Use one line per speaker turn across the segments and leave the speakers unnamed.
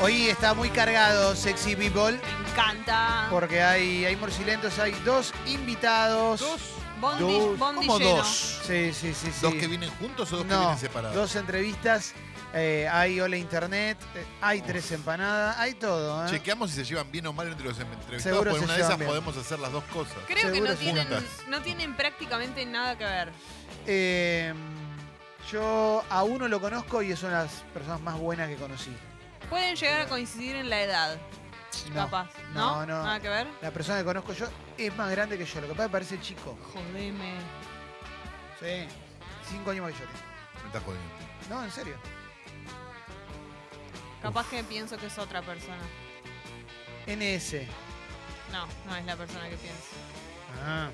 Hoy está muy cargado Sexy People
Me encanta.
porque hay, hay morcilentos, hay dos invitados.
Bondi,
Dos.
bondi
¿Cómo
lleno.
dos?
Sí, sí, sí. sí.
¿Dos que vienen juntos o dos que
no,
vienen separados?
dos entrevistas. eh, hay Hola Internet, eh, hay tres empanadas, hay todo. ¿eh?
Chequeamos si se llevan bien o mal entre los entrevistados.
Seguro se
porque en una de esas
llevan bien.
podemos hacer las dos cosas.
Creo que
Seguro
no
sí.
tienen,
Juntas.
no tienen prácticamente nada que ver.
Eh, yo a uno lo conozco y es una de las personas más buenas que conocí.
Pueden llegar a coincidir en la edad,
No,
capaz.
no,
¿No? Ah.
no.
¿Nada que ver?
La persona que conozco yo es más grande que yo, lo que pasa es que parece chico.
Jodeme.
Sí. Cinco años más que yo. tiene.
Me estás jodiendo.
No, en serio.
Capaz que pienso que es otra persona.
NS.
No, no es la persona que pienso.
Ah.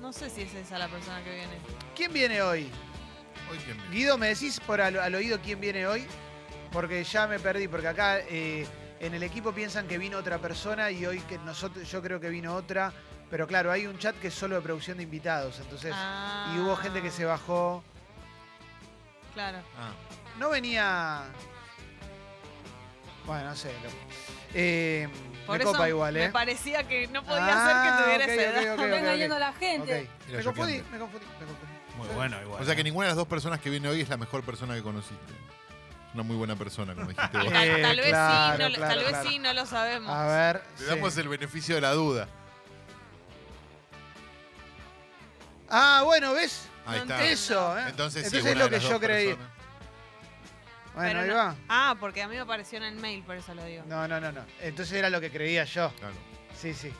No sé si es esa la persona que viene.
¿Quién viene hoy?
Hoy quién viene.
Guido, ¿me decís por al, al oído quién viene hoy? Porque ya me perdí, porque acá eh, en el equipo piensan que vino otra persona y hoy que nosotros, yo creo que vino otra. Pero claro, hay un chat que es solo de producción de invitados, entonces.
Ah,
Y hubo gente que se bajó.
Claro.
Ah,
No venía. Bueno, no sé. lo- Eh,
Por
me
eso
copa igual, ¿eh?
me parecía que no podía
Ah,
ser que tuviera
ok,
esa edad.
ok, ok, ok,
Venga
ok.
yendo la gente.
Ok.
Era
Me confundí,
choqueante.
me confundí, me confundí.
Muy bueno, igual.
o sea
¿eh?
que ninguna de las dos personas que viene hoy es la mejor persona que conociste. Una muy buena persona, como dijiste vos.
Tal, tal vez
Eh, claro,
sí, no, lo-
claro,
tal vez
claro.
sí, no lo sabemos.
A ver.
Le
sí.
damos el beneficio de la duda.
Ah, bueno, ¿ves?
Ahí
No
está.
entiendo.
Eso, ¿eh?
Entonces, sí,
Entonces
una
es lo
de
que
las
yo
dos
creí.
personas.
Bueno,
Pero
ahí
no-
va.
Ah, porque a mí me apareció en el mail, por eso lo digo.
No, no, no, no. Entonces era lo que creía yo.
Claro.
Sí, sí.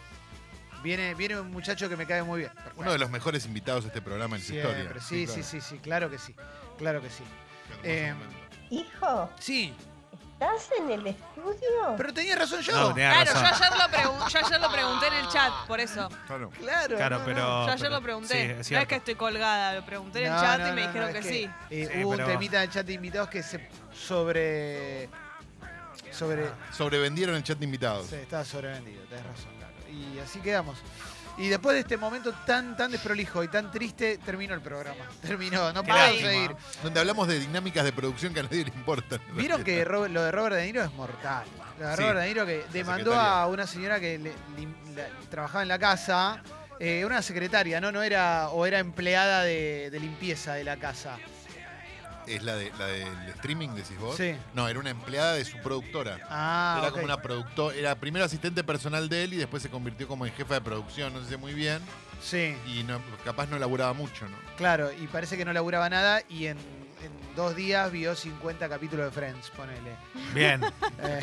Viene, viene un muchacho que me cae muy bien. Perfecto.
Uno de los mejores invitados a este programa en su
Siempre.
historia.
Sí, sí, sí, sí, claro que sí. Claro que sí.
claro. Qué
Eh,
hermoso momento.
Hijo,
Sí,
¿estás en el estudio?
pero tenía razón yo.
No, tenía
Claro, yo
razón.
ayer, lo pregun- yo ayer lo pregunté en el chat, por eso.
Claro.
Claro.
Claro,
no, no.
pero.
yo ayer
pero-
lo
Sí,
pregunté.
es
no es
cierto.
que estoy colgada, lo pregunté en el
No,
chat
no,
y me
no,
dijeron
no,
que,
es
sí.
eh,
Sí,
hubo
pero-
un temita en el chat de invitados que se sobre. sobre.
Ah,
Sobrevendieron el chat de
pues.
invitados.
Se estaba sobrevendido, tenés razón, claro. Y así quedamos. Y después de este momento tan, tan desprolijo y tan triste, terminó el programa. Terminó, no
Qué
puedo
lástima.
seguir.
Donde hablamos de dinámicas de producción que a nadie le importa.
Vieron que Robert- lo de Robert De Niro es mortal. Lo de
Sí,
Robert De Niro que demandó
secretaria.
a una señora que le- lim- la- trabajaba en la casa, eh, una secretaria, ¿no? No era, o era empleada de, de limpieza de la casa.
¿Es la, de, la del streaming, decís vos?
Sí.
No, era una empleada de su productora.
Ah,
era
ok.
como una productora, era primero asistente personal de él y después se convirtió como en jefa de producción, no sé muy bien,
Sí,
y no, capaz no laburaba mucho, ¿no?
claro, y parece que no laburaba nada y en, en dos días vio 50 capítulos de Friends, ponele.
Bien.
Eh,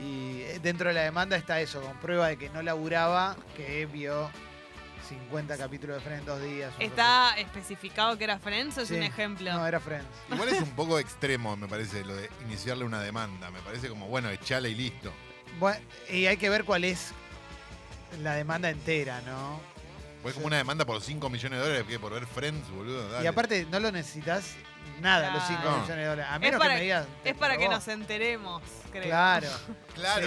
Y, y dentro de la demanda está eso, con prueba de que no laburaba, que vio 50 capítulos de Friends en dos días. una cosa
¿Está especificado que era Friends o es
Sí.
un ejemplo?
así. No, era Friends.
Igual es un poco extremo, me parece, lo de iniciarle una demanda. Me parece como, bueno, echale y listo.
Bueno, y hay que ver cuál es la demanda entera, ¿no?
Fue como una demanda por 5 millones de dólares que por ver Friends, boludo. dale.
Y aparte, no lo necesitas nada, los 5
Claro.
millones de dólares. A menos
para-
que me digas.
Es para que
no
nos enteremos, creo.
Claro.
Claro,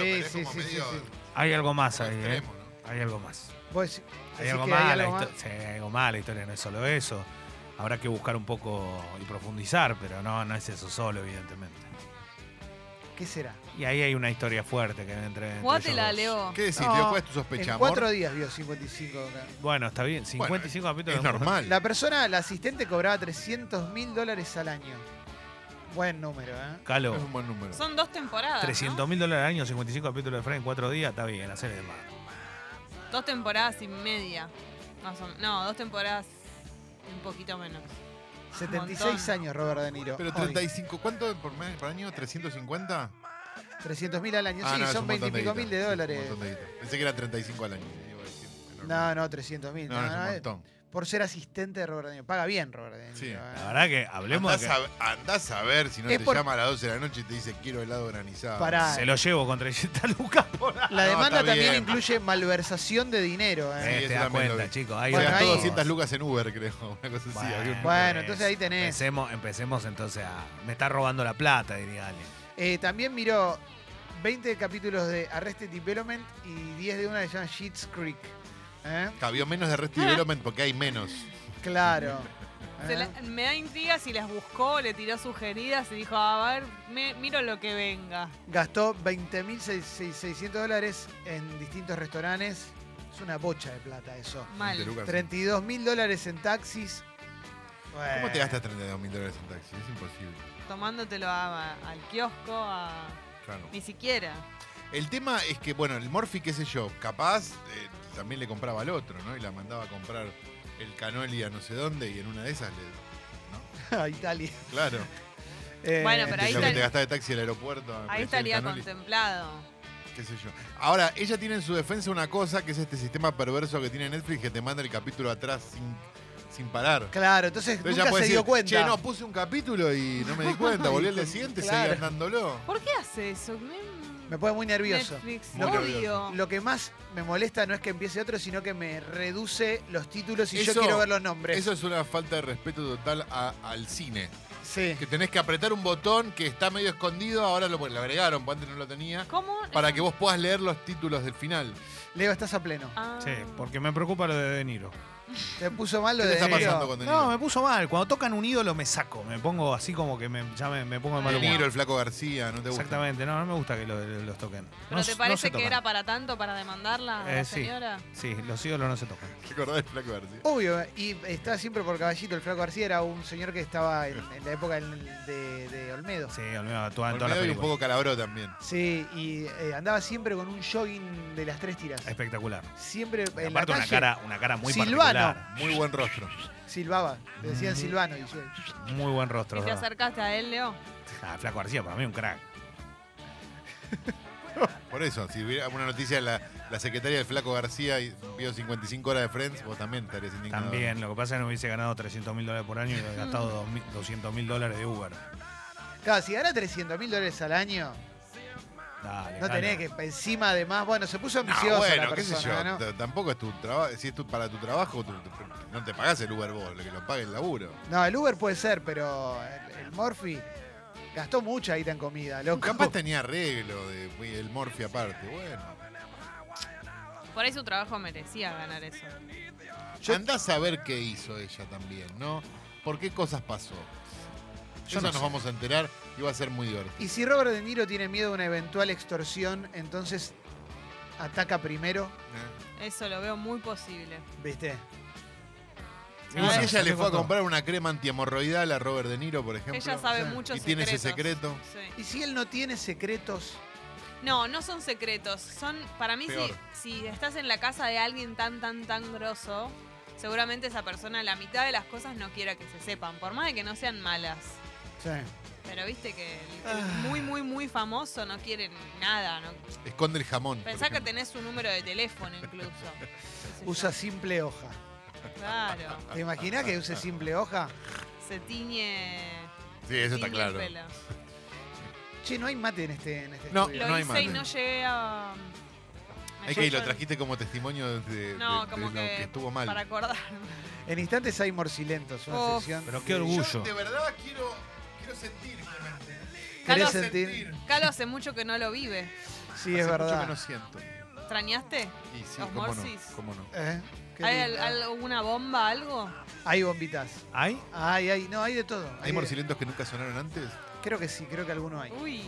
Sí,
pero es
sí,
como
sí,
medio
sí, sí.
Hay algo más
como
ahí, ¿eh?
extremo, ¿no?
Hay algo más.
Vos decís-
Hay
decís
algo
que
más.
hay
la
algo
histo-
más.
sí, hay algo más. La historia no es solo eso. Habrá que buscar un poco y profundizar, pero no, no es eso solo, evidentemente.
¿Qué será?
Y ahí hay una historia fuerte que entre. entre
Jugátela,
ellos dos.
Leo.
¿Qué decís,
No,
Leo? ¿Cuál es tu
En
sospecha,
cuatro
amor?
días vio 55 acá.
Bueno, está bien. 55 capítulos.
Es
de-
normal.
La persona, la asistente, cobraba 300 mil dólares al año. Buen número, ¿eh?
Calo.
Es un buen número.
Son dos
Ah.
temporadas. ¿no?
300 mil dólares al año, 55 capítulos de Friends en 4 días, está bien, hacer de más.
Dos temporadas y media. más o- No, dos temporadas y un poquito menos.
76
montón.
años Robert De Niro.
Pero 35, ¿cuánto por, mes- por año? ¿350?
300 mil al año.
Ah,
sí,
no, es
son
un
20
montón
y pico
guita,
mil de
sí, es un
dólares.
montón de guita. Pensé que era 35 al año. iba a decir, enorme.
No, no, 300 mil.
No, no, es un montón.
por ser asistente de Robert De Niro. Paga bien Robert De Niro.
Sí.
¿eh?
La verdad que hablemos
Andás
de
a, andás a ver si no
Es
te
por-
llama a las 12 de la noche y te dice quiero helado granizado.
que
Pará.
se lo llevo con 300 lucas por año.
La
No,
demanda
está
también
bien.
incluye malversación de dinero. ¿eh?
Eh,
eso
te das
también lo
cuenta,
vi.
chicos. Ahí
O sea,
Bueno,
gastó
ahí-
200 lucas en Uber, creo. Una cosa así. había un-
Bueno, entonces ahí tenés.
Empecemos, empecemos entonces a. Me está robando la plata, diría Ale.
Eh, también miró 20 capítulos de Arrested Development y 10 de una que se llama Sheets Creek. ¿eh? Ah.
Cabió menos de Rest Development porque hay menos.
Claro.
Se
¿Eh?
la- me da intriga si las buscó, le tiró sugeridas y dijo, a ver, me- miro lo que venga.
Gastó 20.600 dólares en distintos restaurantes. Es una bocha de plata eso.
Mal.
20 lucas.
32.000 dólares en taxis.
Pues ¿Cómo
Bueno,
te gastas 32 mil dólares en taxi? Es imposible.
Tomándotelo a- al kiosco, a...
Claro.
Ni siquiera.
El tema es que, bueno, el Morphy, qué sé yo, capaz eh, también le compraba al otro, ¿no? Y la mandaba a comprar el Canoli a no sé dónde y en una de esas le.
a Italia.
Claro.
Eh,
Bueno, pero
Este,
ahí
lo que
está-
te gastaba de taxi al aeropuerto. me
Ahí
pareció el
estaría
Canoli,
contemplado.
Qué sé yo. Ahora, ella tiene en su defensa una cosa que es este sistema perverso que tiene Netflix que te manda el capítulo atrás sin, sin parar.
Claro, entonces,
Entonces ya
nunca se
puedes
dio
decir,
cuenta.
Che, no, puse un capítulo y no me di cuenta. Volví al día siguiente y
Claro.
seguí andándolo.
¿Por qué hace eso? Me,
Me pone muy nervioso.
Netflix,
Muy
odio.
nervioso.
Lo que más me molesta no es que empiece otro, sino que me reduce los títulos y yo
Eso-
quiero ver los nombres.
Eso es una falta de respeto total a- al cine.
sí.
Que tenés que apretar un botón que está medio escondido, ahora lo, lo agregaron, porque antes no lo tenía,
¿Cómo?
para que vos puedas leer los títulos del final.
Leo, estás a pleno.
Ah.
Sí, porque me preocupa lo de De Niro.
¿Te puso mal lo
¿Qué te
de
está
Niro?
pasando con De Niro?
No, me puso mal. Cuando tocan un ídolo me saco. Me pongo así como que me, ya me, me pongo de mal
De
humor.
Niro, el flaco García, no te gusta.
Exactamente, no, no me gusta que lo- lo- los toquen.
¿Pero
No
te
se- no
parece
se
que
tocan.
era para tanto, para demandarla a
Eh,
la
sí.
señora?
Sí, los ídolos no se tocan.
¿Te acordás del flaco García?
Obvio, y está siempre por caballito. El Flaco García era un señor que estaba en, en la época del- de, de Olmedo.
Sí, Olmedo actúa Ah, en todas las
Olmedo y un
películas.
poco calabró también.
Sí, y eh, andaba siempre con un jogging de las tres tiras.
Eh.
Espectacular.
Siempre
Y
en la
aparte una
calle
cara, una cara muy
Silvano.
particular.
Muy buen rostro.
silbaba. Le decían
Mm.
Silvano. Y yo,
Muy buen
¿Y
rostro.
te
¿verdad?
acercaste a él, Leo?
Ah, Flaco García, para mí un crack.
Por eso, si hubiera una noticia de la, la secretaria del flaco García y vio 55 horas de Friends, vos también estarías indignado.
También, lo que pasa es que no hubiese ganado 300 mil dólares por año y hubiese gastado 200 mil dólares de Uber.
Claro, si gana 300 mil dólares al año,
Dale,
no tenés
dale.
que. Encima, además, bueno, se puso
No,
ambicioso.
Ah, bueno,
la
qué sé
persona,
yo.
¿no?
t- Tampoco es tu trabajo. Si es tu- para tu trabajo, tu- tu- no te pagás el Uber vos, lo que lo pague el laburo.
No, el Uber puede ser, pero el, el Morphy gastó mucha guita en comida, loco.
Capaz tenía arreglo de, uy, el Morphy aparte. Bueno,
Por ahí su trabajo merecía ganar eso.
Yo-
andás a ver qué hizo ella también, ¿no? ¿Por qué cosas pasó? Eso
no
nos
sé.
vamos a enterar y va a ser muy divertido.
Y si Robert De Niro tiene miedo a una eventual extorsión, entonces ataca primero,
¿eh?
Eso lo veo muy posible.
¿viste?
Y
Y
bueno,
si
ya
ella le
te
fue a
contó.
comprar una crema antihemorroidal a Robert De Niro, por ejemplo.
Ella sabe
o sea,
muchos
y tiene ese
secretos.
secreto.
Sí.
Y si él no tiene secretos,
No, no son secretos. Son, para mí,
Peor.
si, si estás en la casa de alguien tan, tan, tan grosso, seguramente esa persona la mitad de las cosas no quiera que se sepan, por más de que no sean malas. Pero viste que el, el
Ah.
muy, muy, muy famoso no quiere nada. ¿no?
Esconde el jamón. por
Pensá que
ejemplo.
tenés su número de teléfono incluso. Qué sé yo.
usa simple hoja.
Claro.
¿Te imaginas que use simple hoja?
Se tiñe.
Sí,
tiñe
eso está
el
claro.
pelo.
Che, no hay mate en este, en este
No.
estudio.
Lo
hay
hice
mate.
y no llegué a. me
Es que
llevo
lo
el-
trajiste como testimonio de, de-
No,
de-
como
de lo
que
que estuvo mal.
Para acordarme.
En instantes hay morcilentos, una
Uf.
sección.
Pero qué orgullo.
Yo de verdad quiero, quiero sentir. realmente.
¿Querés
Carlos,
sentir?
Calo hace mucho que no lo vive.
Sí, es
Hace mucho
verdad.
que no siento.
¿Extrañaste?
Y sí,
Los
cómo
morsis.
no, cómo no.
¿Eh? Qué
¿Hay al-
lindo.
alguna bomba, algo?
Hay bombitas.
¿Hay?
Ay, ay, no, hay de todo.
¿Hay
de-
morcilentos que nunca sonaron antes?
Creo que sí, creo que alguno hay.
Uy.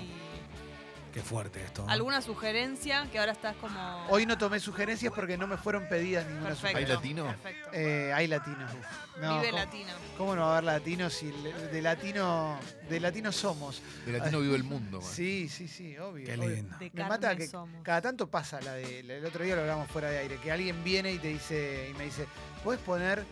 Qué fuerte esto. ¿eh? ¿no?
¿Alguna sugerencia? Que ahora estás como.
Ah. Hoy no tomé sugerencias porque no me fueron pedidas ninguna
Perfecto.
¿Hay
sugerencia.
latino?
Perfecto.
Eh, hay latinos. No,
Vive
¿cómo,
latino.
cómo no va a haber latinos si le- de latino, de latino somos?
De latino vivo el mundo, man.
Sí, sí, sí, obvio.
Qué
obvio.
lindo.
De
Me
carne
mata que
somos.
cada tanto pasa la de. la- el otro día lo hablamos fuera de aire, que alguien viene y te dice, y me dice, ¿puedes poner,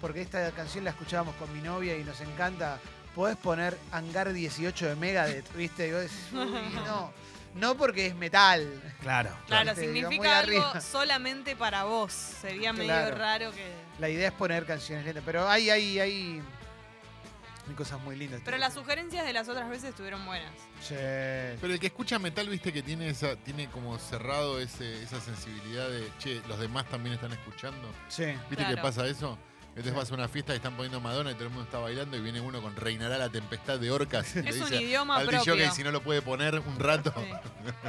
porque esta canción la escuchábamos con mi novia y nos encanta, ¿puedes poner Hangar 18 de Megadeth? ¿Viste? Y vos decís, "Uy, no. No porque es metal.
Claro.
Claro,
Te digo, muy
significa algo
arriba.
solamente para vos. Sería medio
Claro.
raro que.
La idea es poner canciones lentas, pero hay, hay, hay, hay cosas muy lindas.
Pero las sugerencias de las otras veces estuvieron buenas.
Sí.
Pero el que escucha metal, viste que tiene esa, tiene como cerrado ese, esa sensibilidad de, che, los demás también están escuchando.
Sí.
¿Viste
Claro.
que pasa eso? Entonces
Sí.
vas a una fiesta y están poniendo Madonna y todo el mundo está bailando y viene uno con Reinará la tempestad de orcas. y le
Es un
dice
idioma
al
propio.
DJ si no lo puede poner un rato.
Sí.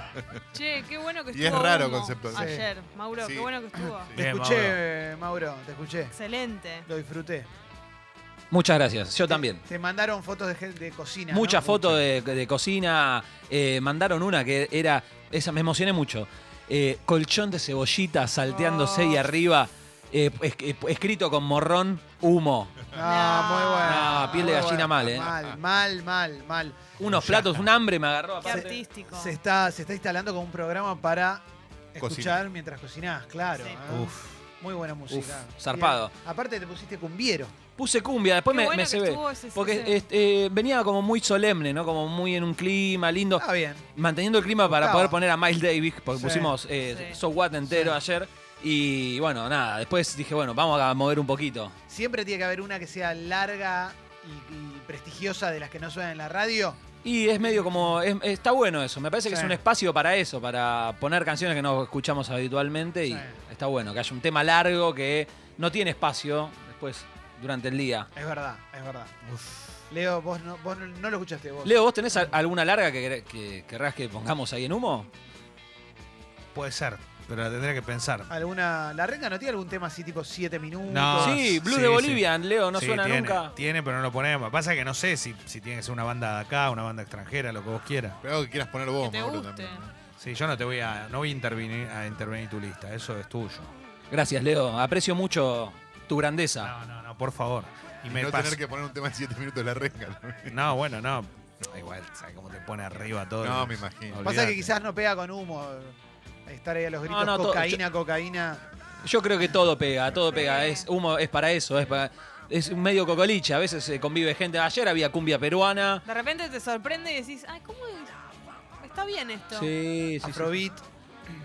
Che, qué bueno que
Y
estuvo.
es raro
Humo
conceptualmente.
Ayer, Mauro,
Sí.
qué bueno que estuvo.
Sí.
Te
Bien,
escuché, Mauro. te escuché.
Excelente.
Lo disfruté.
Muchas gracias.
Este,
Yo también.
Te mandaron fotos de, gen- de cocina. ¿no?
Muchas fotos de, de cocina. eh, mandaron una que era. Esa me emocioné mucho. eh, colchón de cebollita salteándose
Oh.
y arriba. eh, es- es- escrito con morrón, humo.
Ah, muy bueno.
No, piel de
muy bueno.
gallina mal, ¿eh?
Mal, mal, mal, mal.
Unos platos, un hambre me agarró
Qué
aparte.
artístico.
Se está, se está instalando con un programa para escuchar
Cocinar.
mientras cocinás, claro.
Sí.
¿eh? Muy buena música.
Uf, zarpado.
Bien. Aparte te pusiste cumbiero.
Puse cumbia, después
Qué
me,
bueno
me
que
se ve.
estuvo ese-
Porque
ese-
este, eh, venía como muy solemne, ¿no? Como muy en un clima lindo.
Ah.
Está bien.
manteniendo el clima para
Gustavo.
poder poner a Miles Davis, porque
Sí.
pusimos eh,
Sí.
So What entero
Sí.
ayer. Y bueno, nada, después dije, bueno, vamos a mover un poquito.
Siempre tiene que haber una que sea larga y, y prestigiosa de las que no suenan en la radio.
Y es medio como, es- está bueno eso, me parece que
Sí.
es un espacio para eso, para poner canciones que no escuchamos habitualmente y
Sí.
está bueno, que haya un tema largo que no tiene espacio después durante el día.
Es verdad, es verdad. Leo, vos no, vos no, no lo escuchaste vos.
Leo, ¿vos tenés a- alguna larga que, quer- que querrás que pongamos ahí en humo?
Puede ser, pero la tendría que pensar.
Ah, ¿Alguna, ¿La renga no tiene algún tema así tipo 7 minutos?
No. Ah,
sí, Blues
sí,
de
sí.
Bolivia, Leo, no
Sí,
suena
tiene,
nunca.
Tiene, pero no lo ponemos. Pasa que no sé si, si tiene que ser una banda de acá, una banda extranjera, lo que vos quieras.
Pero algo que quieras poner vos,
Que te
Mauro,
guste.
también.
Sí, yo no te voy a, no voy a intervenir, a intervenir tu lista, eso es tuyo.
Gracias, Leo, aprecio mucho tu grandeza.
Ah.
No, no, no, por favor. Y
Y
me
no
pas-
tener que poner un tema en 7 minutos de la renga.
No, bueno, no. Igual, ¿sabes cómo te pone arriba todo?
No, me imagino.
Olvidate.
Pasa que quizás no pega con humo. eh, Estar ahí a los gritos,
no, to-
cocaína, cocaína.
Yo creo que todo pega, todo pega. Es humo, es para eso, es para- es un medio cocoliche. A veces eh, convive gente. Ayer había cumbia peruana.
De repente te sorprende y decís, ay, ¿cómo es? está bien esto?
Sí, sí, sí.
Afrobeat.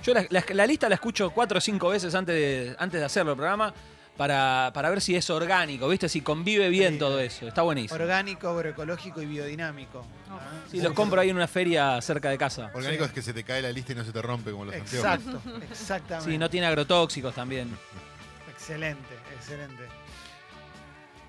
Yo la, la- la lista la escucho cuatro o cinco veces antes de, antes de hacerlo el programa para, para ver si es orgánico, ¿viste? Si convive bien
Sí. eh,
todo eso. Está buenísimo.
Orgánico, agroecológico y biodinámico. ¿Ah?
Sí, los compro ahí en una feria cerca de casa.
Orgánico es que se te cae la lista y no se te rompe como los anteojos.
Exacto, exactamente.
Sí, no tiene agrotóxicos también.
Excelente, excelente.